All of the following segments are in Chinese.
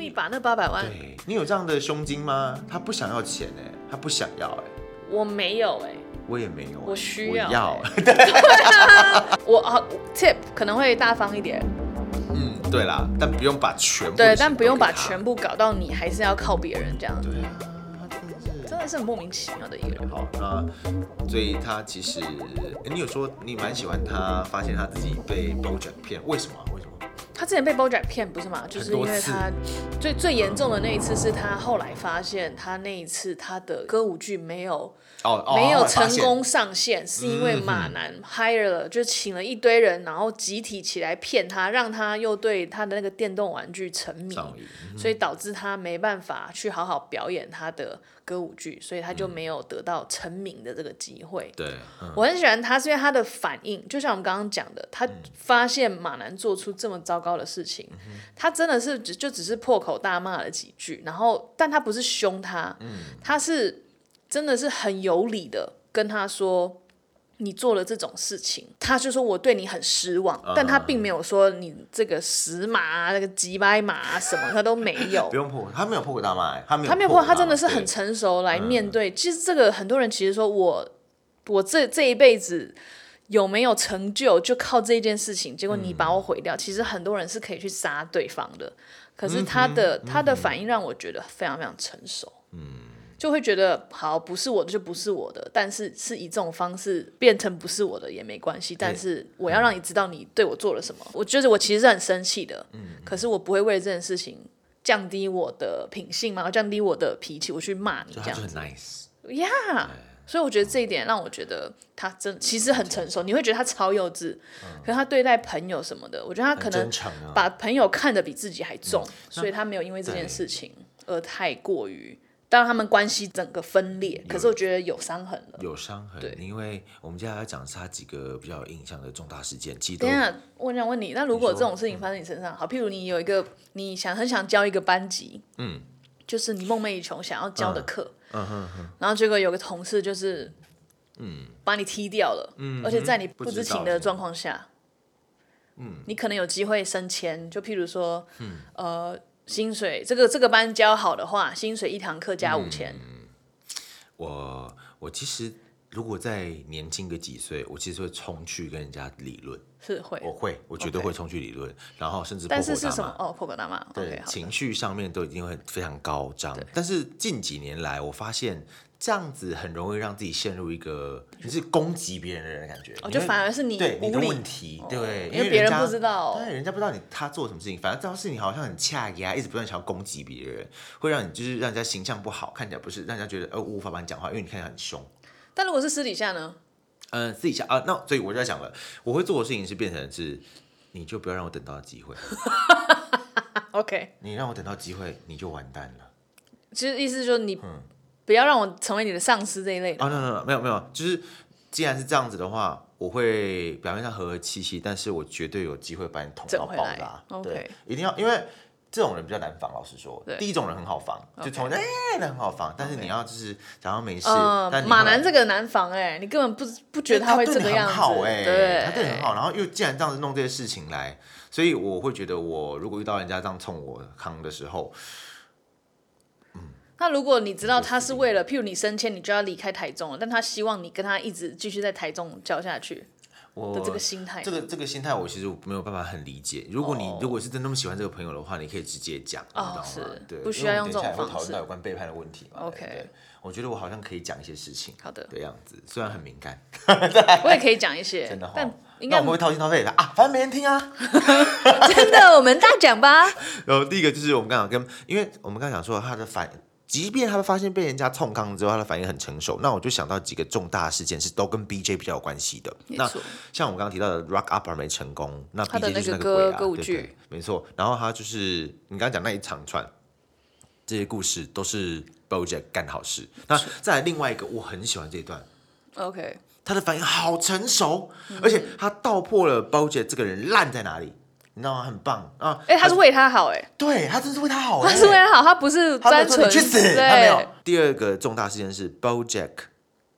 以把那八百万，对你有这样的胸襟吗？他不想要钱哎、他不想要哎、我没有哎、我也没有哎、我需要欸我要，欸 我啊 tip 可能会大方一点，嗯，对啦，但不用把全部的对，钱但不用都给把他全部搞到你，还是要靠别人这样，对啊，他真的是真的是很莫名其妙的一个人。好，那所以他其实，诶你有说你蛮喜欢他，发现他自己被 BoJack 骗，为什么啊？为什么？他之前被 BoJack 骗不是吗？就是因为他很最最严重的那一次是他后来发现他那一次他的歌舞剧没有、哦，哦没有后来成发现功上线，是因为嗯马男 hire 了，就请了一堆人，然后集体起来骗他，让他又对他的那个电动玩具沉迷，上瘾，所以导致他没办法去好好表演他的歌舞剧，所以他就没有得到成名的这个机会。对，嗯我很喜欢他，是因为他的反应，就像我们刚刚讲的，他发现马南做出这么糟糕的事情，他真的是只就只是破口大骂了几句，然后但他不是凶他，他是真的是很有理的跟他说。你做了这种事情，他就说我对你很失望，但他并没有说你这个死马啊、那个急掰马啊什么，他都没有不。用破口，他没有破口大骂，欸诶他没有，啊他没有破，他真的是很对嗯成熟来面对。其实这个很多人其实说我我这这一辈子有没有成就，就靠这一件事情。结果嗯你把我毁掉，其实很多人是可以去杀对方的。可是他的、嗯他的反应让我觉得非常非常成熟。嗯。就会觉得好，不是我的就不是我的，但是是以这种方式变成不是我的也没关系，但是我要让你知道你对我做了什么。我觉得我其实是很生气的，可是我不会为了这件事情降低我的品性嘛，降低我的脾气，我去骂你就这他就哎样很子 nice， ，Yeah。所以我觉得这一点让我觉得他真其实很成熟，你会觉得他超幼稚，可是他对待朋友什么的，我觉得他可嗯很能真诚啊。把朋友看得比自己还重，所以他没有因为这件事情而太过于，当然他们关系整个分裂，可是我觉得有伤痕了。有伤痕，因为我们接下来要讲是他几个比较有印象的重大事件，其实都等一下，我想问你，那如果这种事情发生你身上，好，譬如你有一个你想很想教一个班级，嗯，就是你梦寐以求想要教的课，嗯哼然后结果有个同事就是，嗯，把你踢掉了，嗯，而且在你不不知知情道的的状况下，嗯，你可能有机会升迁，就譬如说，嗯，呃，薪水这个这个班教好的话，薪水一堂课加嗯五千，我我其实如果再年轻个几岁，我其实会冲去跟人家理论，是会，我会，我绝对 OK 会冲去理论，然后甚至但破是哦口大是什骂么？哦，破口大骂对，OK，，好情绪上面都一定会非常高涨。但是近几年来，我发现这样子很容易让自己陷入一个你是攻击别人的人的感觉，哦，你就会反而是你对你无的理问题，对，因因为别人家不知道对，人家不知道你他做什么事情，反正这种事情好像很恰牙，一直不断想要攻击别人，会让你就是让人家形象不好，看起来不是让人家觉得呃我无法帮你讲话，因为你看起来很凶。但如果是私底下呢？嗯，私底下啊，那所以我就在想了，我会做的事情是变成是，你就不要让我等到机会， OK，你让我等到机会你就完蛋了。其实意思就是你不要让我成为你的上司这一类的。嗯啊、no no no，没有没有，就是既然是这样子的话，我会表面上和和气气，但是我绝对有机会把你捅整到回爆来炸。 OK 对，一定要，因为这种人比较难防。老实说对，第一种人很好防，就从哎那很好防，但是 OK 你要就是假装没事，呃但，你马后来男这个难防哎、你根本不不觉对得他会对这你个很样子，好哎、对，他对你很好，然后又既然这样子弄这些事情来，所以我会觉得我如果遇到人家这样冲我康的时候，那如果你知道他是为了，譬如你升迁，你就要离开台中了，但他希望你跟他一直继续在台中教下去我的这个心态，这个这个心态我其实没有办法很理解。如果你、如果是真的那么喜欢这个朋友的话，你可以直接讲，你知哦道吗是？对，不需要因为我们用这种等一下也会方讨论式到有关背叛的问题嘛。对 OK 对我觉得我好像可以讲一些事情好的，的样子，虽然很敏感，我也可以讲一些 真的，哈但。应那该我们会掏心掏肺的啊，反正没人听啊。 真的，我们大讲吧。然后呃第一个就是我们刚刚跟，因为我们刚刚讲说他的反，即便他发现被人家冲康之后，他的反应很成熟。那我就想到几个重大事件是都跟 BJ 比较有关系的。没那错像我们刚刚提到的 Rock Up 没成功，那他的 BJ 就是那那个个鬼歌啊，歌舞对剧对，没错。然后他就是你刚刚讲那一长串，这些故事都是 BoJack 干好事。那再来另外一个，我很喜欢这一段， OK，他的反应好成熟，而且他道破了 BoJack 这个人烂在哪里，你知道吗？很棒啊！哎、他是为他好、哎，对他真是为他好、欸，他是为他好，他不是他没有单说纯你去死，他没有对，。第二个重大事件是 BoJack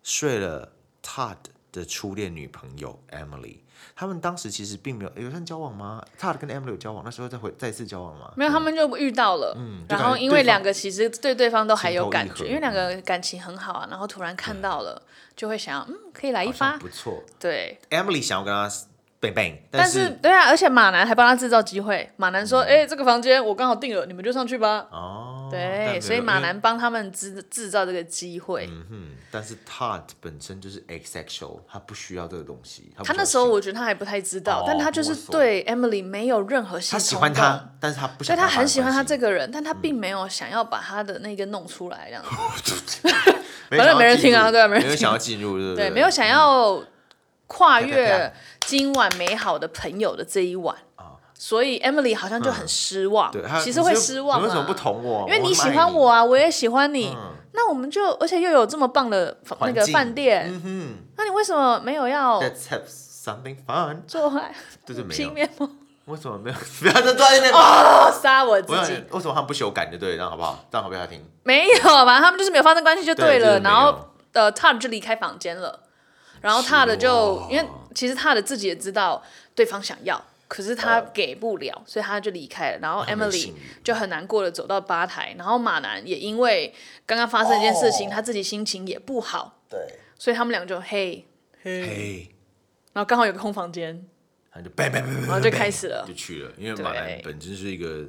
睡了 Todd 的初恋女朋友 Emily，他们当时其实并没有有算交往吗 t a d 跟 Emily 有交往，那时候再回再次交往吗？没有，他们就遇到了，嗯就然感后觉因对为方两个其实对对方都还有感情投觉，意合嗯因为两个感情很好啊，然后突然看到了，就会想要，嗯，可以来一好像发，不错。对。 Emily 想要跟他 bang bang，但是嗯是对啊，而且马男还帮他制造机会，马男说，哎，这个房间我刚好定了，你们就上去吧。哦，但没对，有所以因为马男帮他们制制造这个机会。嗯哼，但是 Todd 本身就是 asexual，他不需要这个东西。他不他需那要时候性我觉得他还不太知道，哦但他就是摸索对 Emily 没有任何性他喜冲欢动。他，但是他不所想以跟他他很喜欢他发生这个人，但他嗯并没有想要把他的那个弄出来，这样子，关系，反反正没人听啊对啊没人没有听想要进入，对不对，对，嗯没有想要跨啪啪越今晚美好的朋友的这一晚啊嗯所以 Emily 好像就很失望对，他，哦其实会你就失望你为什么啊不，捅我？因为你我喜很爱欢你我，啊，我也喜欢你嗯，那我们就而且又有这么棒的那环个境饭店，嗯哼那你为什么没有要，Let's have something fun，做爱就是没拼有，面包？为什么没有？ 不要再坐在那边，杀我自我想己？为什么他们不修改就对，这样好不好？这样好不好听？没有，反正他们就是没有发生关系就对了。就是没有然后呃，Todd 就离开房间了，然后 Todd 就是哦因为其实 Todd 自己也知道对方想要，可是他给不了，嗯所以他就离开了。然后那没 Emily 信誉就很难过的走到吧台，然后马男也因为刚刚发生一件事情，哦他自己心情也不好，对，所以他们俩就嘿，嘿，然后刚好有个空房 间，他就 bang bang bang，然后就开始了就。去了，因为对马来本身是一个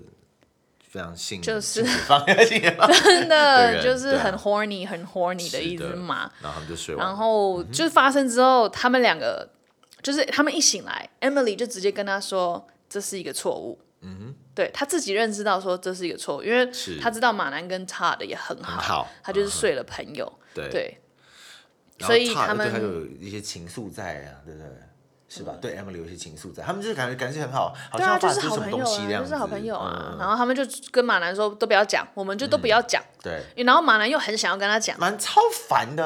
非常性就是性解放性解放真的的人就是对啊很 horny、很 horny 的一只是的马，然后他们就睡完然了，后就是发生之后，他们两个就是他们一醒来，Emily 就直接跟他说这是一个错误。嗯对他自己认知到说这是一个错误，因为是他知道马男跟 Todd 也很好，很好嗯他就是睡了朋友。对对，然后所以差他们对有一些情愫在啊，对不对？是吧？对 Emily 有一些情愫在，他们就是感觉感情很好，好对像啊，要发就是展出好什么朋友东西啊，这样就子，是好朋友啊。嗯然后他们就跟马男说都不要讲，我们就都不要讲。对，然后马男又很想要跟他讲，蛮超烦的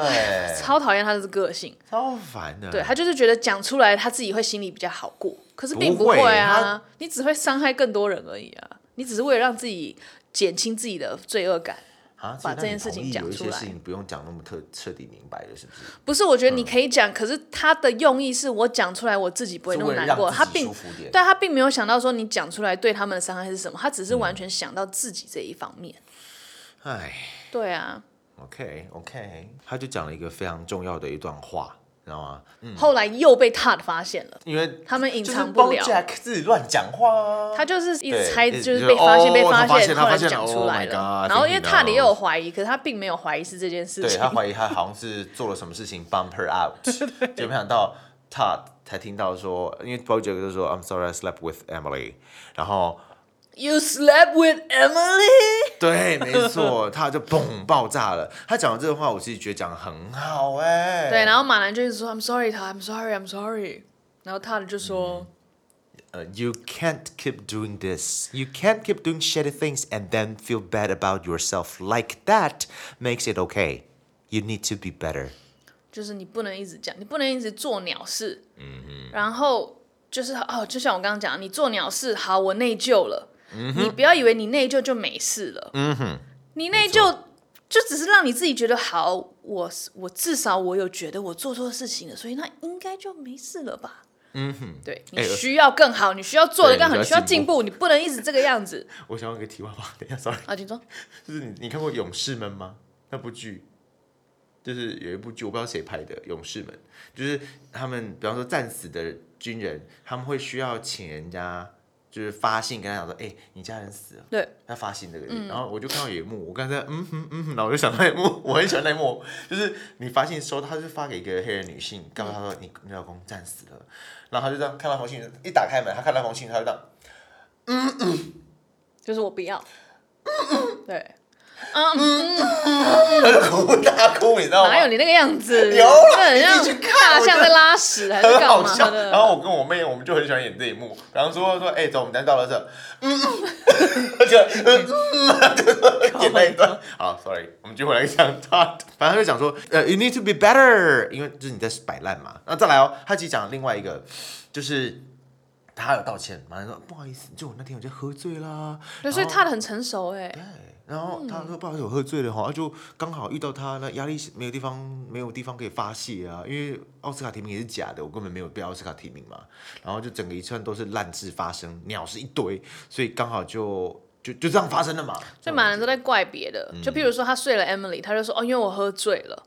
哎，超讨厌他的这个个性。超烦的。对他就是觉得讲出来他自己会心里比较好过，可是并不会会啊，你只会伤害更多人而已啊，你只是为了让自己减轻自己的罪恶感。啊，把所以那这件你事同情意讲有一出些来事情不用讲那么特彻底明白的，是不是？不是，我觉得你可以讲，可是他的用意是我讲出来我自己不会是那么为了难过，让自他己并舒服点对他并没有想到说你讲出来对他们的伤害是什么，他只是完全想到自己这一方面。哎对啊， ，OK OK，他就讲了一个非常重要的一段话，你知道吗？后来又被 Todd 发现了，因为他们隐嗯就是藏不 b 了。 Jack 自己乱讲话啊。他就是一直对猜，一直就是就被是发现，哦被他发现，现他后来发就现讲了出，Oh 来 my 了。 God，然后因为 thinking 塔里也 now 有怀疑，可是他并没有怀疑是这件事对情。他怀疑他好像是做了什么事情 bump her out，就没想到他才听到说，因为 Bojack 就说 I'm sorry I slept with Emily，然后 You slept with Emily？对，没错，他就嘣爆炸了。他讲的这个话，我其实觉得讲得很好哎、对，然后马兰就是说 I'm sorry，他 I'm sorry，I'm sorry。然后塔里就说呃 you can't keep doing this. You can't keep doing shitty things and then feel bad about yourself like that makes it okay. You need to be better. 就是你不能一直讲，你不能一直做鸟事。然后就是哦，就像我刚刚讲，你做鸟事，好，我内疚了。你不要以为你内疚就没事了。你内疚就只是让你自己觉得好，我是我至少我有觉得我做错事情了，所以那应该就没事了吧？嗯哼，对你哎需要更好，你需要做的对更好，你你需需要要进进步，你不能一直这个样子我想要一个题外话，等一下，sorry。啊！请说，就是你你看过《勇士们》吗？那部剧，就是有一部剧，我不知道谁拍的，《勇士们》就是他们，比方说战死的军人，他们会需要请人家。就是发信跟他讲说，哎、你家人死了，对，他发信这个，嗯然后我就看到有一幕，我刚才在嗯哼嗯哼，然后我就想到一幕， 我很喜欢那一幕，就是你发信收到，他就发给一个黑人女性，告诉她说你你老公战死了，然后他就这样看到封信，一打开门，他看到封信，他就这样，就是我不 要。对，嗯，他就哭大哭，你知道吗？哪有你那个样子？有啦这很像你去看大象在拉 屎还是很干好嘛笑。的？然后我跟我妹，我们就很喜欢演这一幕。然后说说，哎、走，我们单到了这，嗯，嗯就嗯嗯，就演那一段。好，sorry，我们就回来讲他，反正他就讲说，呃，you need to be better，因为就是你在摆烂嘛。那再来哦，他其实讲另外一个，就是他有道歉，马上说不好意思，就我那天我就喝醉啦。对，所以然后踏的很成熟哎、哦欸，然后他说不好意思，我喝醉了哈，啊就刚好遇到他，那压力没有地方没有地方可以发泄啊，因为奥斯卡提名也是假的，我根本没有被奥斯卡提名嘛。然后就整个一串都是烂事发生，鸟是一堆，所以刚好就就就这样发生了嘛。所以满人都在怪别的，嗯就譬如说他睡了 Emily，他就说哦，因为我喝醉了，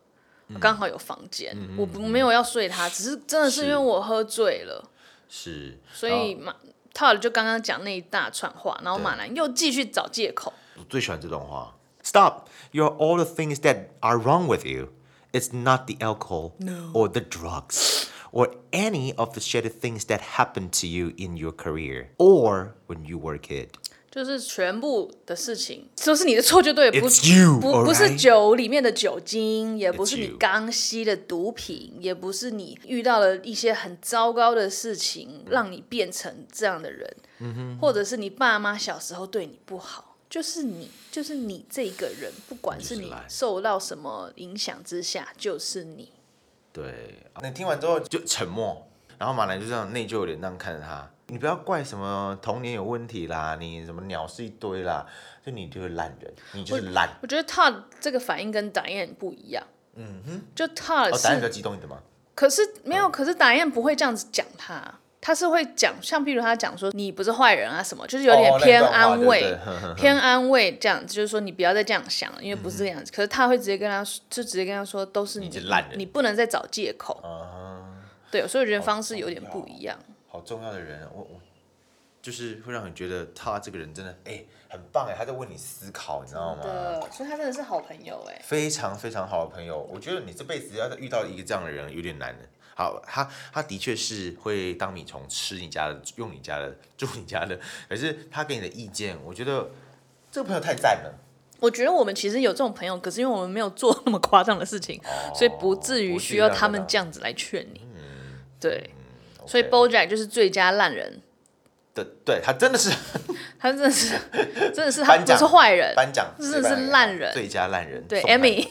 嗯刚好有房间，我不没有要睡他，只是真的是是因为我喝醉了，是，所以马 Todd 就刚刚讲那一大串话，然后马兰又继续找借口，我最喜欢这段话：Stop! You're all the things that are wrong with you. It's not the alcohol or the drugs or any of the shitty things that happened to you in your career or when you were a kid. 就是全部的事情都是你的错就对了，不 It's you, 不不是 alright? 酒里面的酒精，也不是 It's 你 you. 刚吸的毒品，也不是你遇到了一些很糟糕的事情让你变成这样的人，嗯或者是你爸妈小时候对你不好，就是你就是你这个人，不管是就是你懒受到什么影响之下，就是你。对，那听完之后就沉默，然后马兰就这样内疚的脸这样看着他，你不要怪什么童年有问题啦，你什么鸟是一堆啦，就你就是烂人，你就是烂。我觉得他这个反应跟 Diane 不一样，嗯哼，就 Todd 哦，是答案比较激动一点吗？可是没有，可是达燕不会这样子讲他，他是会讲，像譬如他讲说你不是坏人啊什么，就是有点哦那偏段话安慰，对对 呵呵呵偏安慰这样子，就是说你不要再这样想了，因为不是这个样子。可是他会直接跟他说，就直接跟他说都是你，你这烂人啊你不能再找借口。对，所以我觉得方式有点不一样。哦好重要的人，我我就是会让你觉得他这个人真的哎、很棒哎，他在为你思考，你知道吗？，所以他真的是好朋友哎、非常非常好的朋友，我觉得你这辈子要遇到一个这样的人有点难的。好，他他的确是会当米虫，吃你家的，用你家的，住你家的，可是他给你的意见，我觉得这个朋友太赞了，我觉得我们其实有这种朋友，可是因为我们没有做那么夸张的事情，所以不至于哦不至于需要让他他们当这样子来劝你。嗯对， OK 所以 BoJack 就是最佳烂人，对对，他真的是他真的是，真的是他颁不奖是坏人，颁奖，真的是烂人最佳烂人，对送他，Emmy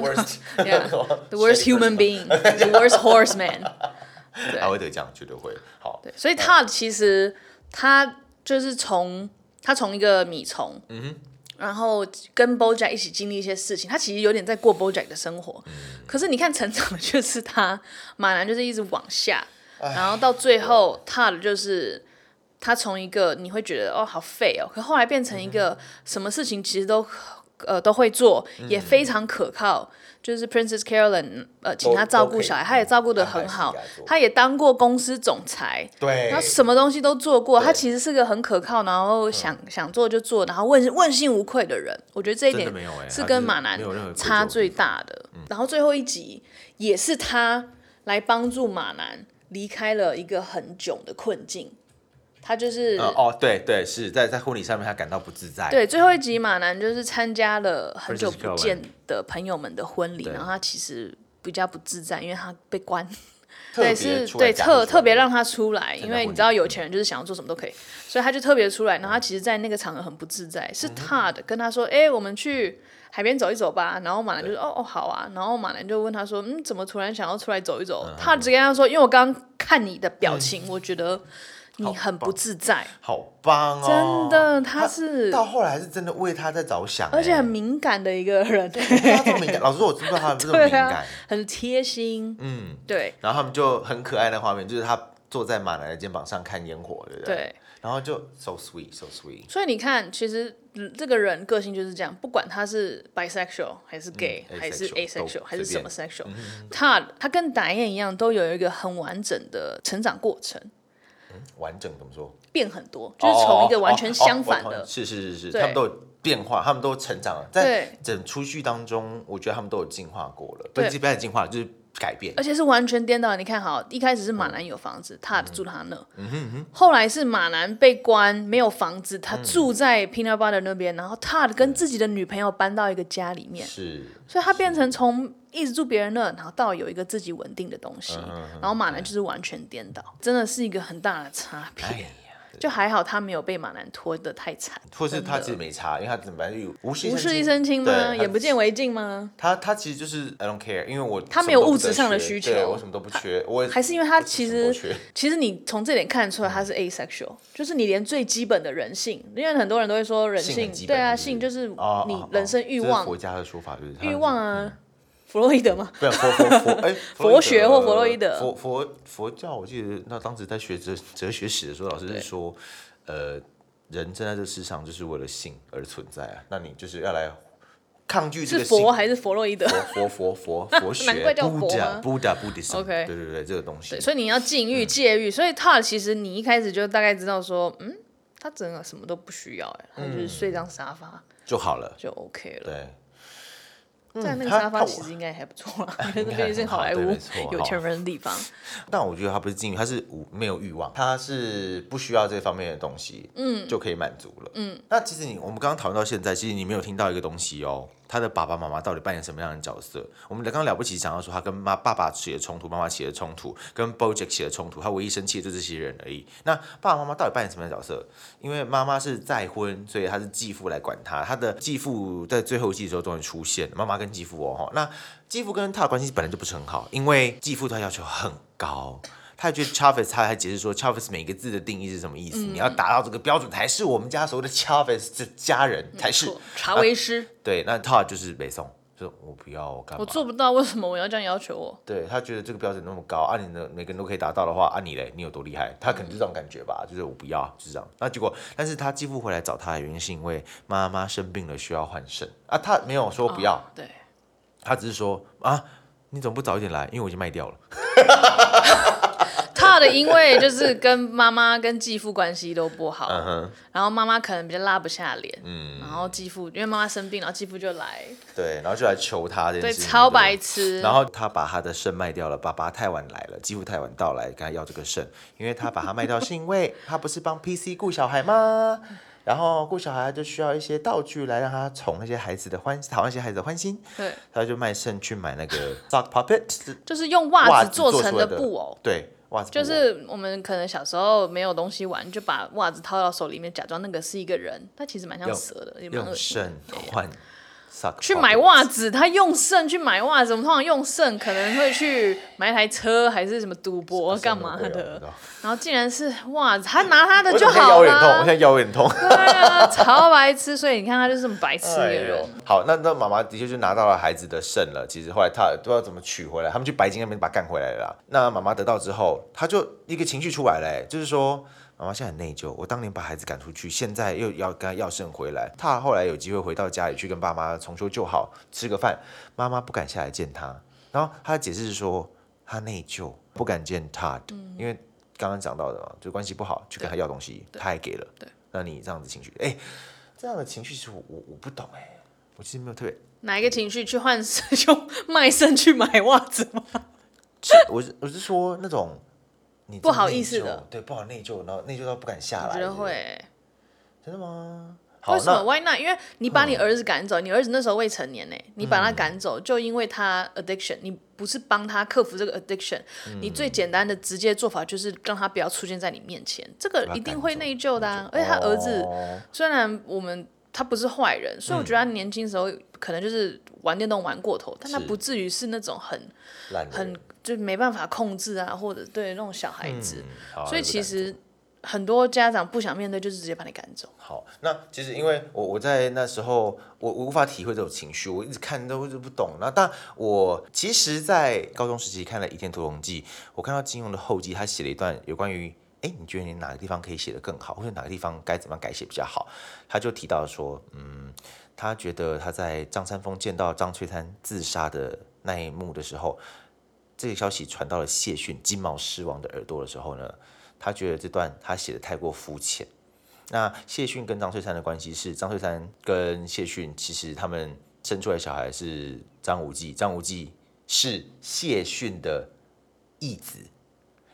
worst， Yeah, the worst human being, the worst horseman 对还会得奖，绝对会。好，对，所以他其实他就是从他从一个米虫，嗯然后跟 BoJack 一起经历一些事情，他其实有点在过 BoJack 的生活。嗯可是你看成长的就是他，马兰就是一直往下，然后到最后他的就是。他从一个你会觉得哦好废哦，可后来变成一嗯个什么事情其实都呃都会做，也非常可靠。就是 Princess Carolyn 呃，请他照顾小孩，都可以他也照顾的安排很事好给他做，他也当过公司总裁，对，他什么东西都做过，对嗯他其实是个很可靠，然后想、想做就做，然后问问心无愧的人。我觉得这一真的点没有欸是他跟是马南没有任何愧疚差的地最方大的。嗯然后最后一集也是他来帮助马南离开了一个很囧的困境，他就是、呃哦，对对，是在在婚礼上面他感到不自在，对，最后一集马南就是参加了很久 Princess 不 Carolyn 见的朋友们的婚礼，对然后他其实比较不自在，因为他被关，特对，别是出来对讲特出特别来让他出来，因为你知道嗯有钱人就是想要做什么都可以，所以他就特别出来，然后他其实，在那个场合很不自在，嗯是 Todd 跟他说，哎、我们去。海边走一走吧，然后马兰就说：“哦哦，好啊。”然后马兰就问他说：“嗯，怎么突然想要出来走一嗯走？”他直接跟他说：“因为我刚刚看你的表情，我觉得你好很不棒自在。好棒哦，真的他是到后来还是真的为他在着想欸，而且很敏感的一个人，他这么敏感， 老师我知道他这么对敏啊感，，很贴心，嗯，对然后他们就很可爱的画面，就是他坐在马来的肩膀上看烟火，对不对？对，然后就 so sweet so sweet，所以你看，其实嗯这个人个性就是这样，不管他是 bisexual 还是 gay、嗯 asexual，还是都 asexual 都还是什随么便嗯 sexual，、他他跟达燕一样，都有一个很完整的成长过程，完整怎么说？变很多，就是从一个完全相反哦哦哦哦的哦是是是是，对他们都有变化，他们都成长了，在对整出剧当中，我觉得他们都有进化过了，不对是不是进化，就是改变而。且是完全颠倒。你看好，一开始是嗯马南有房子，他住他那；后来是马南被关，没有房子，嗯他住在 Peanut Butter 那边，然后他跟自己的女朋友搬到一个家里面，是，所以他变成从一直住别人那，然后到有一个自嗯己稳定的东西，然后马南就是完全颠倒，真的是一个很大的差别。哎呀，就还好他没有被马南拖得太惨，或是真他的其实没差，因为他怎么办就无事无事一身身轻吗？对眼不见为净吗？他他其实就是 I don't care，因为我他什么没有都不物质得上的缺需对求我什么都不缺，我也还是因为他我其什么都实缺其实你从这点看出来他是嗯 asexual，、就是你连最基本的人性，因为很多人都会说人性性很，基本对啊，是不是性就是哦你哦人生哦欲这是望、佛嗯家的说法就是他欲们望啊，弗洛伊德吗？不然佛佛佛 哎，佛洛伊德学或弗洛伊德佛佛佛教，我记得那当时在学哲哲学史的时候，老师是说，呃，人站在这世上就是为了性而存在啊，那你就是要来抗拒这是个性佛。还是弗洛伊德？佛佛 佛佛佛学，难怪叫佛吗 Buddha Buddha Buddhism， OK 对对对，这个东西对，，所以你要禁嗯欲、戒欲，所以他其实你一开始就大概知道说，嗯，他整个什么都不需要、哎，他就是睡张沙发就好了，就 OK 了。对，在那个嗯他沙发他其实应该还不错 啦，因为这应该毕竟是很好好莱对坞没错有钱人的地方。但我觉得他不是禁欲，他是无没有欲望，他是不需要这方面的东西，嗯，就可以满足了，嗯。那其实你我们刚刚讨论到现在，其实你没有听到一个东西哦，他的爸爸妈妈到底扮演什么样的角色？我们刚刚了不起讲到说他跟妈爸爸起了冲突，妈妈起了冲突，跟 BoJack 起了冲突，他唯一生气的就是这些人而已。那爸爸妈妈到底扮演什么样的角色？因为妈妈是再婚，所以他是继父来管他。他的继父在最后一季的时候终于出现，妈妈跟继父哦，哈那继父跟他的关系本来就不是很好，因为继父他要求很高。他还觉得 Chavez，他还解释说 Chavez 每个字的定义是什么意思，嗯你要达到这个标准才是我们家所谓的 Chavez 这家人才是。啊错查维斯，对，那他就是北宋，就说我不要，我干嘛？我做不到，为什么我要这样要求我？对他觉得这个标准那么高啊，你的每个人都可以达到的话，啊你嘞，你有多厉害？他可能就这种感觉吧，就是我不要，就是这样。那结果，但是他继父回来找他的原因是因为妈妈生病了需要换肾啊，他没有说不要，啊对，他只是说啊，你怎么不早一点来？因为我已经卖掉了。他的因为就是跟妈妈跟继父关系都不好，嗯哼，然后妈妈可能比较拉不下脸，嗯，然后继父因为妈妈生病，然后继父就来，对，然后就来求他这件对，事情超白对痴，然后他把他的肾卖掉了，爸爸太晚来了，继父太晚到来跟他要这个肾，因为他把它卖掉是因为他不是帮 PC 顾小孩吗？然后顾小孩就需要一些道具来让他宠那些孩子的欢，讨那些孩子的欢心，对，他就卖肾去买那个 sock puppet 就是用袜袜子子做做成出来的布偶。对，袜子布就偶是我们可能小时候没有东西玩，就把袜子套到手里面，假装那个是一个人，但其实蛮像用蛇的，也蛮恶用心的。肾换 sock 去 puppet 买袜子，他用肾去买袜子，我们通常用肾可能会去买一台车，还是什么赌博肾干那么嘛贵哦的你知。道然后竟然是袜子，他拿他的我就现在腰好有点痛，我现啦在。腰有点痛。对啊，超白痴，所以你看他就是这么白痴的哎呦人。好，那那妈妈的确就拿到了孩子的肾了。其实后来她不知道怎么取回来，他们去白金那边把它干回来了啦。那妈妈得到之后，她就一个情绪出来了、哎就是说妈妈现在很内疚，我当年把孩子赶出去，现在又要跟她要肾回来。她后来有机会回到家里去跟爸妈重修旧好，吃个饭，妈妈不敢下来见她。然后她的解释是说，她内疚，不敢见 Todd，、嗯因为刚刚讲到的嘛，就关系不好，去跟他要东西，他还给了。对，那你这样子情绪，哎、这样的情绪是我我我不懂哎、欸我其实没有特 别，哪一个情绪去换肾， 用卖肾去买袜子吗？是我是我是说那种你不好意思的内疚，对，不好内疚，然后内疚到不敢下我来，觉得会、欸。真的吗？好，为什么哦那嗯？Why not？因为你把你儿子赶走，你儿子那时候未成年呢、你把他赶走，就因为他 addiction，你不是帮他克服这个 addiction，、你嗯最简单的直接做法就是让他不要出现在你面前，这个把他一定赶会走内疚的、啊。而且他儿子、哦嗯虽然我们他不是坏人，所以我觉得他年轻时候可能就是玩电动玩过头，但他是不至于是那种很懒得很就没办法控制啊，或者对那种小孩子。嗯好所以那就其赶实很多家长不想面对，就是直接把你赶走。好，那其实因为我我在那时候我我无法体会这种情绪，我一直看都一直不懂。那但我其实，在高中时期看了《倚天屠龙记》，我看到金庸的后记，他写了一段有关于，哎，你觉得你哪个地方可以写得更好，或者哪个地方该怎么样改写比较好？他就提到说，嗯，他觉得他在张三丰见到张翠山自杀的那一幕的时候，这个消息传到了谢逊金毛狮王的耳朵的时候呢，他觉得这段他写的太过肤浅。那谢逊跟张翠山的关系是，张翠山跟谢逊其实他们生出来小孩是张无忌，张无忌是谢逊的义子，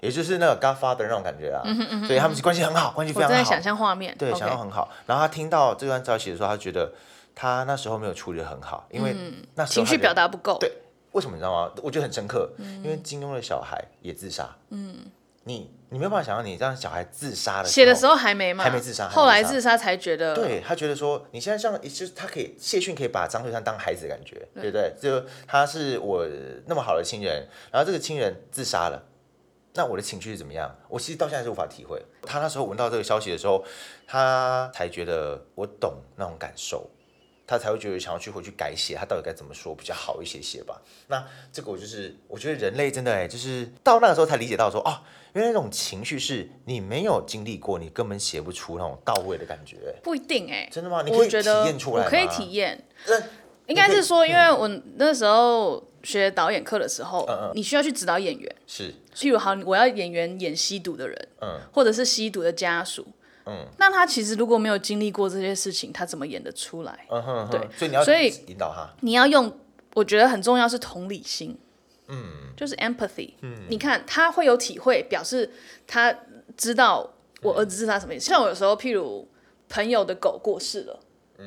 也就是那个 Godfather 那种感觉啊，所以他们关系很好，关系我非常正好。在想象画面，对， OK 想要很好。然后他听到这段消息的时候，他觉得他那时候没有处理的很好，因为那时嗯情候他绪觉表得达不够。对，为什么你知道吗？我觉得很深刻，因为金庸的小孩也自杀，嗯，你你没有办法想象你让小孩自杀的写的时候，候还没嘛，还没自杀还没后来自杀自杀才觉得，对他觉得说你现在像就是他可以谢逊可以把张翠山当孩子的感觉，对不对？就他是我那么好的亲人，然后这个亲人自杀了。那我的情绪是怎么样？我其实到现在是无法体会。他那时候闻到这个消息的时候，他才觉得我懂那种感受，他才会觉得想要去回去改写，他到底该怎么说比较好一些些吧。那这个我就是，我觉得人类真的哎、就是到那个时候才理解到说，哦，原来那种情绪是你没有经历过，你根本写不出那种到位的感觉、哎不一定哎、真的吗？你可我以觉体得验出我来可以吗体验，那应该你可以嗯是说，因为我那时候学导演课的时候，嗯嗯你需要去指导演员，是， 譬如好，我要演员演吸毒的人，嗯或者是吸毒的家属，嗯那他其实如果没有经历过这些事情，他怎么演得出来？嗯哼哼，对所以你要所以引导他，你要用，我觉得很重要是同理心，嗯，就是 empathy，嗯，你看他会有体会，表示他知道我儿子是他什么意嗯思。像我有时候，譬如朋友的狗过世了，嗯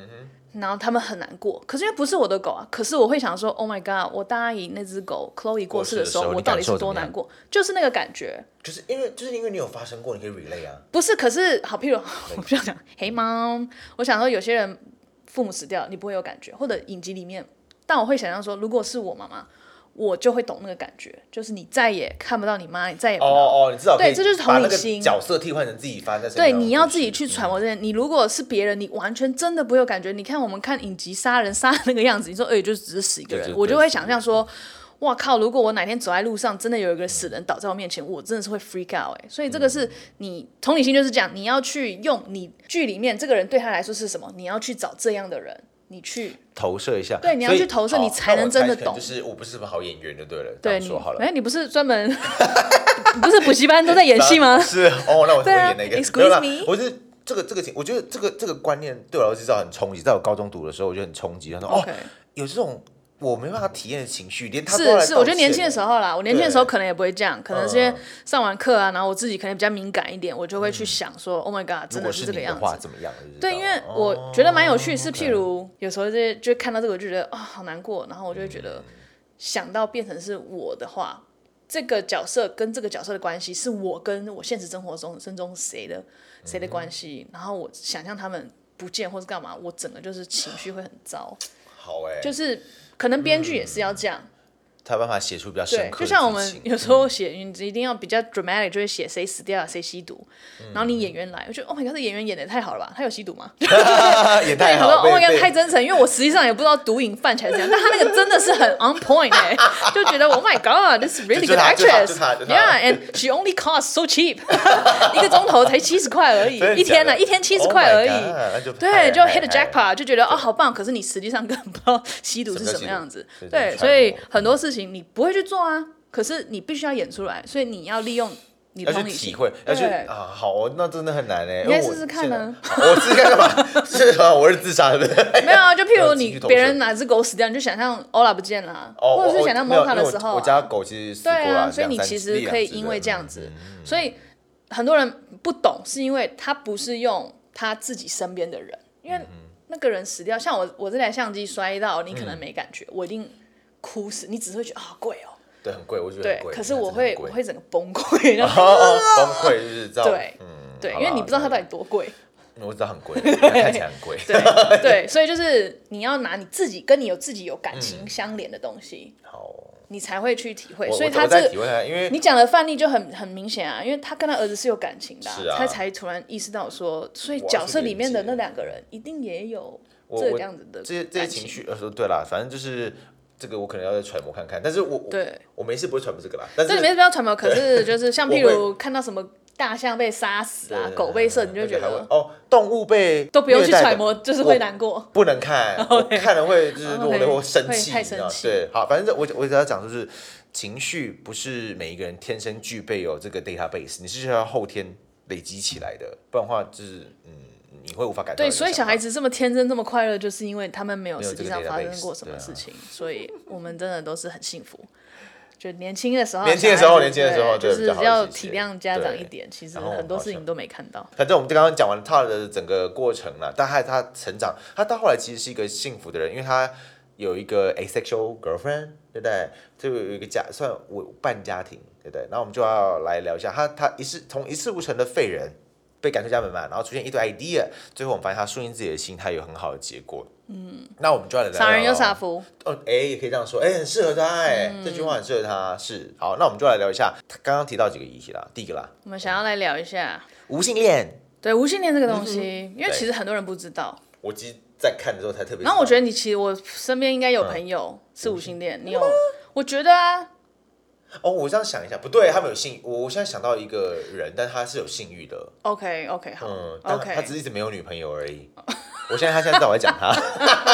然后他们很难过，可是因为不是我的狗啊，可是我会想说，Oh my god，我大阿姨那只狗 Chloe 过世的时过世的时候候，我你到感底受是怎多么样难过，就是那个感觉，就是因为就是因为你有发生过，你可以 relay 啊，不是，可是好，譬如 我不要讲黑猫，我想说有些人父母死掉，你不会有感觉，或者影集里面，但我会想象说，如果是我妈妈，我就会懂那个感觉，就是你再也看不到你妈，你再也不哦到。哦，你至少可以对这就是同把理那个心角色替换成自己发生在身上的对，故事，你要自己去揣摩这些。你如果是别人，你完全真的不会有感觉。你看我们看影集杀人杀那个样子，你说哎、就只是死一个就人，是我就对会死想象说，哇靠！如果我哪天走在路上，真的有一个死人倒在我面前，我真的是会 freak out 哎、所以这个嗯是你同理心就是这样，你要去用你剧里面这个人对他来说是什么，你要去找这样的人，你去投射一下，对你要所以去投射好你才那我能真的猜可能懂就是我不是什么好演员就对了，这对样你说好了哎、。你不是专 门你不是补习班都在演戏吗？是哦，那我怎对么啊演那个 excuse 没有啦 me 我是这个这个情，我觉得这个这个观念对我来说至少很冲击。在我高中读的时候，我就很冲击。他说 OK 哦，有这种我没办法体验的情绪，连他都要来是是，我道觉得年歉轻的了时候啦，我年轻的时候对嗯可能也不会这样，可能是因为上完课啊，然后我自己可能比较敏感一点，我就会去想说、o h my God，嗯如真的果是这你个的样话子。怎么样？哦我就知对，道因为了我觉得蛮有趣，是譬如有时候这些就看到这个，我就觉得啊、好难过，然后我就会觉嗯得、想到变成是我的话，这个角色跟这个角色的关系是我跟我现实生活中生中谁的嗯谁的关系，然后我想象他们不见或是干嘛，我整个就是情绪会很糟，好哎、就是可能编剧也是要这样。才有办法写出比较深对，刻就的像我剧们情有时候写，你一定要比较 dramatic，就会写谁死掉了，谁吸毒，嗯然后你演员来，我觉得 Oh my god，这演员演的太好了吧？他有吸毒吗？也 对，太好多好被 Oh my 被 god，太真诚，因为我实际上也不知道毒瘾犯起来是怎样，但他那个真的是很 on point 哎、就觉得 Oh my god，this is really 就 good 他就他就他就他 actress，yeah，and she only cost so cheap，一 个钟头才七十块而已真，的一天呢、假的一天七十 Oh 块 my 而已 God，那就对，太哎就太 hit the 太 jackpot，就觉得哦好棒，可是你实际上根本不知道 吸毒是什么样子什么，叫吸对，毒所以很多事情你不会去做啊，可是你必须要演出来，所以你要利用你的要去同理心体会，要去对啊，好哦，那真的很难哎。你来因为我试试看啊现在！我试试看干嘛？ 是啊，我是自杀对不对？没有啊，就譬如要继你续投别射人哪只狗死掉，你就想象欧拉不见了啊，哦，或者我是想象我没有摩卡的因为我时候啊，我家狗其实死过对啊，了，所以你两三其只实可以两只因为对这样子，嗯所以很多人不懂，是因为他不是用他自己身边的人，因嗯为那个人死掉，像我我这台相机摔到，你可能没感觉，我一定哭死，你只会觉得啊贵哦，对嗯很贵，我觉得对很，贵。可是它真我的会很我贵会整个崩溃，然后 哦哦崩 溃就是这样。对嗯，对，好因为啦你不知道它到底多贵。我知道 很贵，看起来很贵。对对，所以就是你要拿你自己跟你有自己有感情相连的东西，好，我你才会去体会。嗯我所以我他这再个体会一下，因 为你讲的范例就很很明显啊，因为他跟他儿子是有感情的啊、是啊他才突然意识到说，所以我要去角色里面的理解那两个人一定也有我这我样子的这些这些感情情。绪，呃，说对啦，反正就是这个，我可能要再揣摩看看。但是我我对，我没事不会揣摩这个啦。但这是里面是不要揣摩，可是就是像我譬会如看到什么大象被杀死对啊对，对狗被射，你对就觉还会得哦，动物被都不用去虐待的揣摩，就是会难过。不能 看，我看了会就是落 OK，泪或生气，哦会太你知生道气对，好，反正我我只要讲就是，情绪不是每一个人天生具备有这个 database，你是需要后天累积起来的，不然的话就是嗯，你会无法改变。对，所以小孩子这么天真、这么快乐，就是因为他们没有没有实际这个上发 database，生过什么对啊事情，所以我们真的都是很幸福。就年轻的时候，年轻的时小孩候子年轻的时候对就对是比较好要一些体谅家长一对点，其实然后很多好事像情都没看到。反正我们刚刚讲完他的整个过程了，但他他成长，他到后来其实是一个幸福的人，因为他有一个 asexual girlfriend，对不对？就有一个家算我半家庭，对不对？然后我们就要来聊一下他他一事从一事无成的废人被赶出家门嘛，然后出现一堆 idea，最后我们发现他顺应自己的心，他有很好的结果。嗯，那我们就要来聊傻人聊有傻福，哦，哎，也可以这样说，哎，很适合他，哎、这句话很适合他，是。好，那我们就来聊一下他刚刚提到几个议题啦。第一个啦，我们想要来聊一下，无性恋，对无性恋这个东西，因为嗯对其实很多人不知道。我其实在看的时候才特别。然后我觉得你其实我身边应该有嗯朋友是无性恋，你有？我觉得啊，得，哦，我这样想一下，不对，他们有性，我我现在想到一个人，但他是有性欲的， OK OK 好嗯，但他只，OK 是一直没有女朋友而已。我现在他现在知道我在讲他，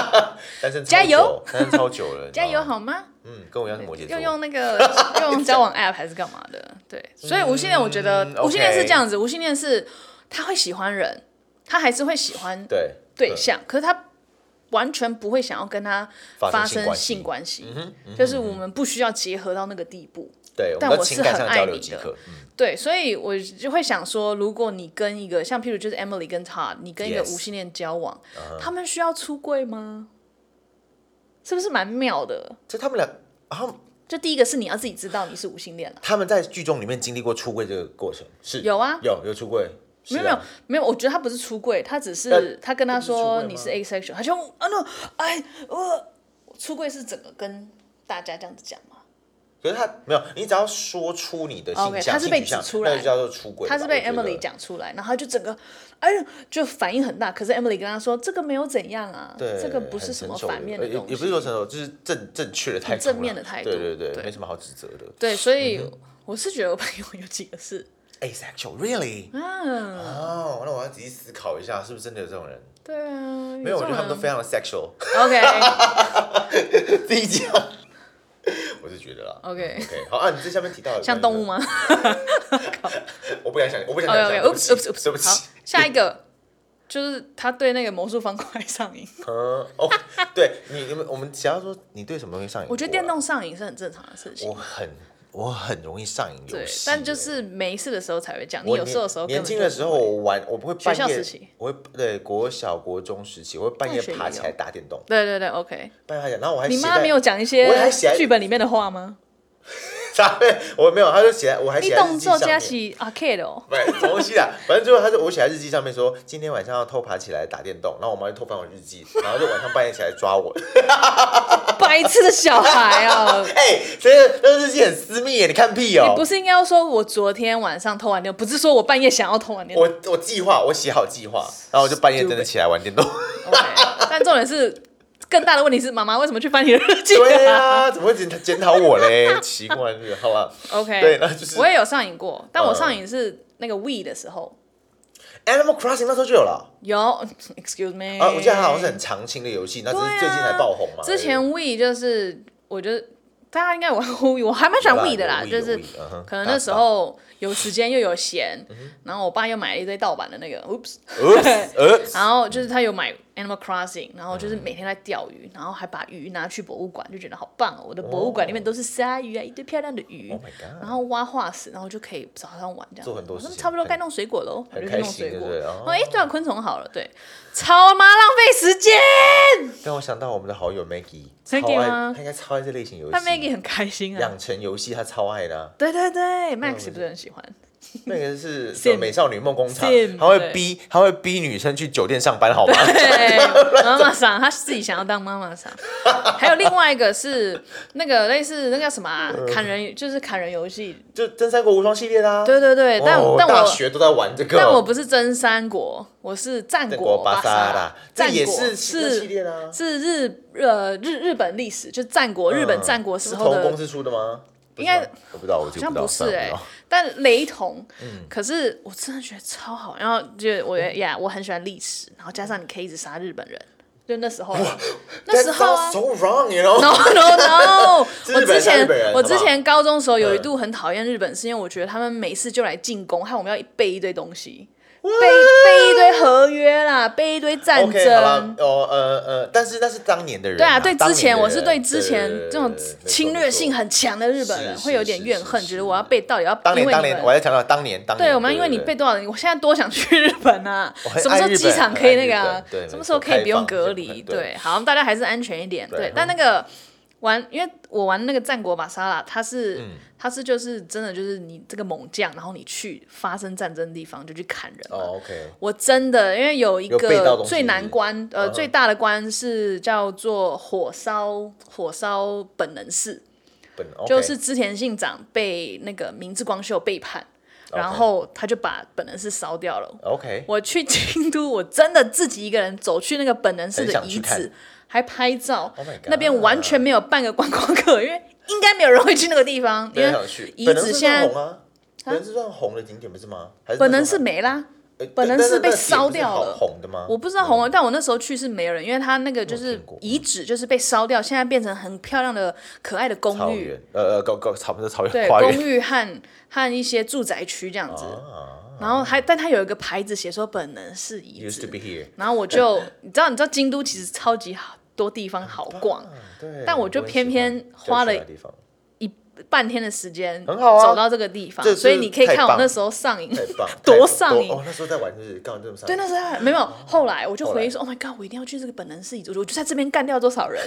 单身超久加油，单身超久了，你知加道吗油，好吗？嗯，跟我一样是摩羯要座，用那个用 交往 App 还是干嘛的？对，所以无性恋我觉得嗯无性恋是 OK 这样子，无性恋是他会喜欢人，他还是会喜欢对对象，可是他完全不会想要跟他发发生生性性关系，嗯就是我们不需要结合到那个地步。对，我但们我在是情感很上爱交流你即的可，嗯，对，所以我就会想说，如果你跟一个像譬如就是 Emily 跟 Todd，你跟一个 Yes 无性恋交往他们需要出柜吗？是不是蛮妙的？就他们俩，他们就第一个是你要自己知道你是无啊性恋了、他们在剧中里面经历过出柜这个过程，是有啊有有出柜，没有是没有啊呃没有，我觉得他不是出柜，他只是但他跟他说你是这 asexual，他就啊 no，哎我出柜是怎么跟大家这样子讲嘛？可是他没有，你只要说出你的 OK，性向，他是被性取向指出来那就叫做出轨吧。他是被我觉得 Emily 讲出来，然后他就整个，哎呦，就反应很大。可是 Emily 跟他说，这个没有怎样啊，对，这个不是很什么成熟反面的呃也东西，也不是说成熟，就是正正确的态度啦，正面的态度对对对对，没什么好指责的。对，所以嗯我是觉得我朋友有几个是， Asexual really？嗯，哦，那我要仔细思考一下，是不是真的有这种人？对啊， 没有，我觉得他们都非常常的 sexual。 OK 自己讲，我是觉得啦。 OK， OK，好啊，你这下面提到的像动物？ 吗 我不敢想，我不想？OK 想象。对 OK，oops 不 oops 起 oops，对不好起。，下一个就是他对那个魔术方块上瘾，嗯，哦，对你，你们我们想要说你对什么东西上瘾？我觉得电，动上瘾是很正常的事情啊我。很我很容易上瘾对游戏，，但就是没事的时候才会讲。你我有事的时候，年年轻的时候，我玩，我不会学半校夜时期，我会对国小国中时期，我会半夜大学也爬起来有打电动，对对对，OK。半夜爬起来，然后我还你写妈在没有，讲一些我还写在 剧本里面的话吗？啥？我没有，他就写在，我还你写在动日记作上加面。起 arcade 哦， 不是什么东西啊，反正最后他就我写在日记上面说，今天晚上要偷爬起来打电动，然后我妈就偷翻我日记，然后就晚上半夜起来抓我。！白痴的小孩哦 哎、所以那日记很私密耶，你看屁哦、你不是应该要说我昨天晚上偷完电，不是说我半夜想要偷完电我我计划，我写好计划，然后我就半夜真的起来玩电动。 ？OK，但重点是更大的问题是，妈妈为什么去翻你的日记、对啊，怎么会检检讨我嘞？奇怪，这个好吧。 OK，对那就是我也有上瘾过，但我嗯上瘾是那个 We 的时候。 Animal Crossing 那时候就有了有 ，Excuse me，啊，我记得它好像是很常青的游戏，那只哎对啊是最近才爆红嘛。之前 We 就是，我觉得大家应该有玩过 We，我还蛮喜欢 We 的啦，有啦有 Wii，就是有 Wii，嗯哼可能那时 候有时间又有闲，然后我爸又买了一堆盗版的那个，Oops， Oops，呃， 嗯然后就是他有买 Animal Crossing，然后就是每天在钓鱼，然后还把鱼拿去博物馆，就觉得好棒哦！我的博物馆里面都是鲨鱼啊，一堆漂亮的鱼 Oh my god 然后挖化石，然后就可以早上玩这样，做很多我说事情差不多很该弄水果喽，我很就去开弄心水果，对不对然哦后哎，抓昆虫好了，对，超妈浪费时 间。让我想到我们的好友 Maggie，超 Maggie 爱，吗他应该超爱这类型游戏。但 Maggie 很开心啊养，成游戏他超爱的啊、 对对对，Max 也不是很喜欢，那个是 Sim 什么美少女梦工厂 Sim，，他会对逼他会逼女生去酒店上班，好吗？对，妈妈桑，他自己想要当妈妈桑。还有另外一个是那个类似那个叫什么啊，砍人就是砍人游戏， 就真三国无双系列啦、啊。对对对，嗯哦，但我但大我学都在玩这个。但我不是真三国，我是战战国巴巴萨拉啦，，这战也国是那系是列啊啦、是日呃日日本历史，就战国日本战国时候嗯是同公的，司出的吗？应该不是吧我不知道，我就好像不不知道是算哎了不知道， 但雷同。嗯可是我真的觉得超好，然后就我也呀，我很喜欢历史，然后加上你可以一直杀日本人，就那时候啊那时候啊 That sounds so wrong，you know？ No no no！是我日本之人前日本人我好不嗯好之前高中的时候有一度很讨厌日本，是因为我觉得他们每次就来进攻，害我们要背一堆东西。背背一堆合约啦，背一堆战 OK，好了争。，哦，呃呃，但是那是当年的人、对啊，啊，对当之年前的我是人对之对前对对这种对对没错侵略性没错很强的日本人是会有是点是怨是恨，是觉得我要被到底要当因年为当你年，们我还在强调当年当年。对，我们因为你对被多少人，我现在多想去日本啊我！很什么时候爱日机本场很可以爱那日个啊本？对什没么时候错可以开不用放隔日离？本对对，好，大家还是安全一点。对对嗯，但那个玩，因为我玩那个战国马莎拉，它是嗯它是就是真的就是你这个猛将，然后你去发生战争的地方就去砍人嘛。哦，OK，我真的，因为有一有背到个东西最难关，呃，嗯哼最大的关是叫做火烧火烧本能寺。本 OK 就是织田信长被那个明智光秀背叛，然后他就把本能寺烧掉了。 OK，我去京都，我真的自己一个人走去那个本能寺很的想遗去看址，还拍照。 Oh my god 那边完全没有半个观光客，因为应该没有人会去那个地方，因没为人想去。遗本能址是现算在红啊，本能是算红的景点不是吗？还是本那能时寺候没啦。还，呃本能但寺那被那景烧不是掉好了红的吗？我不知道红了，但我那时候去是没人，因为他那个就嗯没有是听过遗址，就是被烧掉，现在变成很漂亮的可爱的草公寓，原，呃呃，高高草不是草对，原花公园寓和和一些住宅区这样子。 啊然后还，但它有一个牌子写说本能是遗，used 址 to be。here，然后我就，你知道，你知道京都其实超级好多地方好逛，啊对，但我就很偏喜偏欢就花去了那个地方，一半天的时间，很好啊走到这个地方这，就是所以你可以看太我棒那时候上瘾太棒，太， 多棒上瘾。哦！那时候在玩就是干嘛这么上对，瘾？那时候没有。后来我就哦后回忆来说：“Oh my god，我一定要去这个本能寺遗址，我就在这边干掉多少人，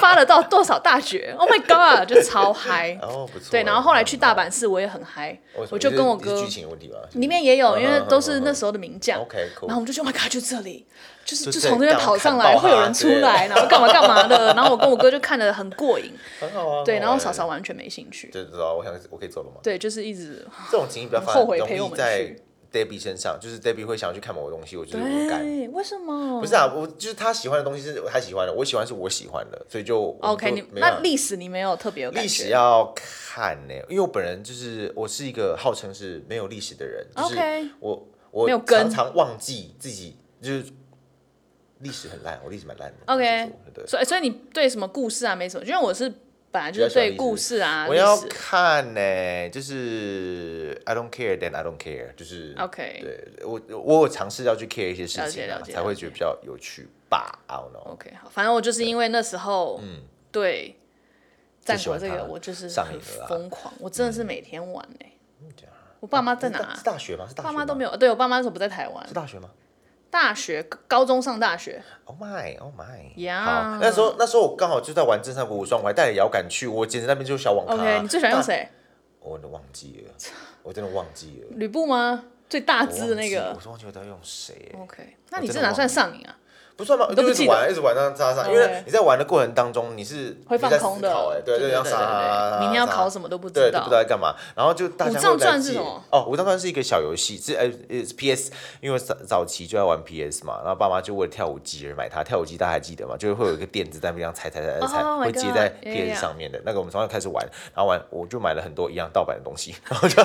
发了到多少大学。Oh my god，就超嗨。哦，不错。对，然后后来去大阪市，我也很嗨为什么，我就你是跟我你是哥剧情的问题吧，里面也有，嗯因为嗯都嗯是嗯那时候的名将。 OK，cool 然后我们就觉得 Oh my god，就这里，就是就就这从这边刚跑上看来，到啊会有人出来，然后干嘛干嘛的。然后我跟我哥就看得很过瘾，很好啊。对，然后少嫂少嫂完全没兴趣，就知道，我想我可以走了吗？对，就是一直这种情形比较很发后悔陪我容易们在去 Debbie 身上，就是 Debbie 会想要去看某个东西，我就是无感。对，为什么？不是啊，我就是他喜欢的东西是他喜欢的，我喜欢是我喜欢的，所以就我们 OK，就你没办法那历史你没有特别有感历史觉要看呢、因为我本人就是我是一个号称是没有历史的人，就是 OK 我我没有跟常常忘记自己就是历史很烂，我历史蛮烂的。老实？OK，说对，所以所以你对什么故事啊没什么，因为我是本来就是对故事啊我历要史看呢、就是 I don't care then I don't care，就是 OK 对我我有尝试要去 care 一些事了情、解啊了，解哦才会了觉得比较有趣吧。I don't know， OK 好，反正我就是因为那时候对战国这嗯喜欢个它我就是上瘾很了啊嗯疯狂，我真的是每天玩哎。我爸妈在哪是啊？大学吗？是大学爸妈都没有。有，对我爸妈那时候不在台湾是，大学吗大学高中上大学， ？Oh my, oh my！呀好，那时候那时候我刚好就在玩《真三国无双》，我还带了摇杆去，我简直那边就是小网咖。 OK，你最喜欢用谁？我真的忘记了，我真的忘记 了。吕布吗？最大我只忘的记那个我。是忘记我在用谁、欸， OK，那你真这的哪忘算了上瘾啊？不算吧？你都就不一直记得玩，一直玩，让它杀杀，因为 OK 你在玩的过程当中，你是会放你在思空的考哎，，对对要对杀对杀，对明天要考么？什么都不知对，都道不知。道在干嘛。然后就大家武藏会来传是借什么？哦，武藏传是一个小游戏，是呃呃是 PS，因为早早期就在玩 PS 嘛，然后爸妈就为了跳舞机而买它。跳舞机大家还记得吗？就是会有一个垫子在那边踩踩踩踩踩 Oh my 会接在 God，yeah, yeah PS 上面的那个。我们从那开始玩，然后玩我就买了很多一样盗版的东西， 然后就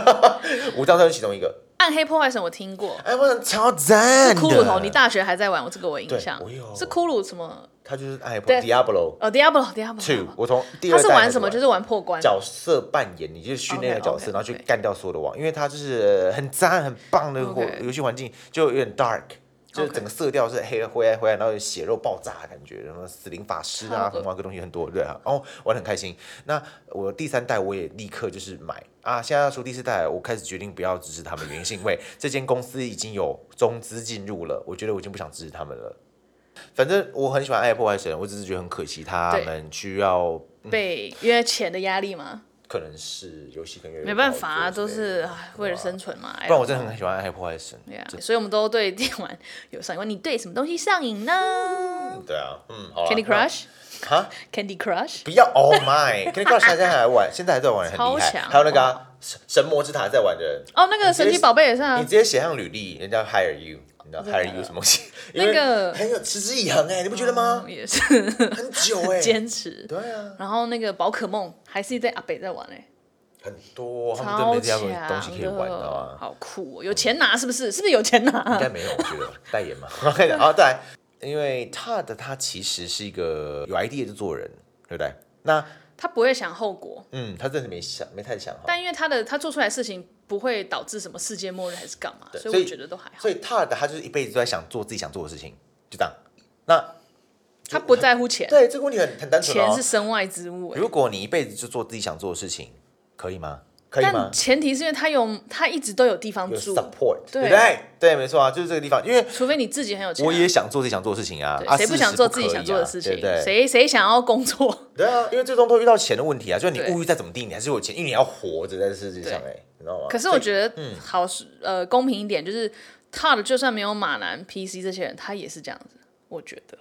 武藏传是其中一个。暗黑破坏神我听过，哎，我想超赞是的。骷髅头，你大学还在玩，我这个我有印对象我有。是骷髅什么？他就是哎对 Diablo 哦，Diablo，Diablo。 Two，我从第他二是代玩开始什么？就是玩破关。角色扮演，你就训练的 OK，OK，角色，然后去 OK 干掉所有的王，因为它就是很赞、很棒的 OK 游戏环境，就有点 dark，就是 OK 整个色调是黑的、灰暗、灰暗，然后有血肉爆炸的感觉，然后死灵法师好啊、恶红毛各东西很多，对啊，哦，玩的很开心。那我第三代我也立刻就是买啊，现在要出第四代，我开始决定不要支持他们，原因是因为这间公司已经有中资进入了，我觉得我已经不想支持他们了。反正我很喜欢《爱破坏神》，我只是觉得很可惜，他对们需要被因为钱的压力嘛，可能是游戏可能越来越没办高法啊，做都之类是的唉为了生存嘛。不然我真的很喜欢《爱破坏神》。对啊，所以我们都对电玩有上瘾。你对什么东西上瘾呢对啊，嗯，好啦？Candy 那 Crush，Candy 哈， Crush，不要，Oh my，Candy Crush 现在还玩，现在还在玩，很厉超害。强还有那个啊神神魔之塔在玩的人，哦，那个神奇宝贝也是你啊直。接写上履历，人家 hire you，你知道 hire you 什么东西？那个因为很有持之以恒哎，你不觉得吗 嗯？也是很久哎，坚持。对啊，然后那个宝可梦还是一堆阿北在玩哎，很多他们都超没这样强的的，东西可以玩到啊。好酷哦！有钱拿是不是？是不是有钱应该拿？没有，我觉得代言嘛。OK，然后 再来，因为 Todd 他其实是一个有 idea 的做人，对不对？那他不会想后果，嗯，他真的没想，没太想哈。但因为他的他做出来的事情不会导致什么世界末日还是干嘛，对所所以我以觉得都还好所。以 Todd 他就是一辈子都在想做自己想做的事情，就这样。那他不在乎钱，对这个问题很很单纯钱哦是。身外之物、欸。如果你一辈子就做自己想做的事情，可以吗？可以吗但？前提是因为他有，他一直都有地方有住， support，对对不对？对，没错啊，就是这个地方，因为除非你自己很有钱啊、我也想做自己想做的事情啊，对啊谁不事实想做不自己可想以做的啊事情对不？对谁谁想要工作？ 对啊，因为最终都遇到钱的问题啊，就是你对物欲再怎么低，你还是有钱，因为你要活着在世界上、对哎，你知道吗？可是我觉得嗯好是呃公平一点，就是 Todd 就算没有马男、PC 这些人，他也是这样子，我觉得。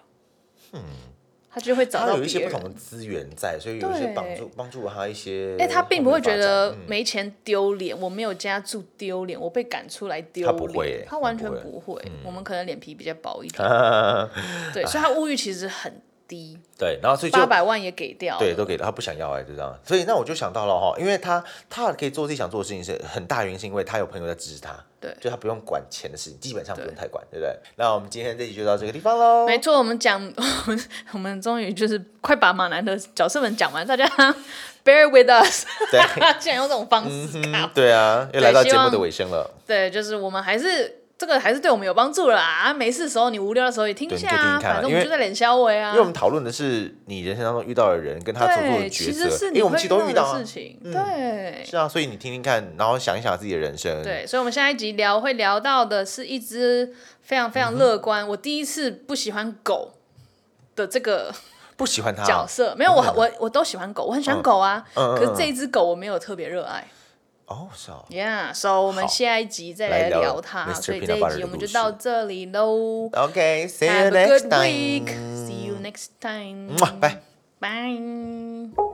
他就会找嗯他到有一些别不人。同的资源在，所以有一些对帮助帮助他一些。哎、他并不会觉嗯得没钱丢脸，我没有家住丢脸，我被赶出来丢他脸，不会欸他完他全不会嗯不会。我们可能脸皮比较薄一 点，啊，对，所以他物欲其实很低，对，然后所以就八百万也给掉了，对都给了，他不想要哎、就这样。所以那我就想到了哈，因为他他可以做自己想做的事情，是很大原因是因为他有朋友在支持他，对就他不用管钱的事情，基本上不用对太管，对不对？那我们今天这集就到这个地方喽。没错，我们讲， 我们我们终于就是快把马男的角色们讲完，大家 bear with us，对 竟然用这种方式搞，对啊，又来对到希节目的望尾声了，对，就是我们还是这个还是对我们有帮助啦。啊，没事的时候你无聊的时候也听一对你下就听啊，听看啊反正我因为们就在脸消微啊因为。我们讨论的是你人生当中遇到的人跟他所做的对，抉其择实，是因你为我们会其实都遇到到的啊事，情，对。是啊，所以你听听看，然后想一想自己的人生，对，所以，我们下一集聊会聊到的是一只非常非嗯常乐观。我第一次不喜欢狗的这个不喜欢他角色，没有我我我都喜欢狗，我很喜欢狗啊。嗯嗯嗯可是这一只狗我没有特别热爱。哦，是啊， Yeah，so 我们下一集再来来聊聊它， Mr. 所以 Peanut 这 Butter 一的集我们就故事到这里喽。 Okay，see you Have a next good time. 嗯 week. See you next time. Mwah, bye. Bye.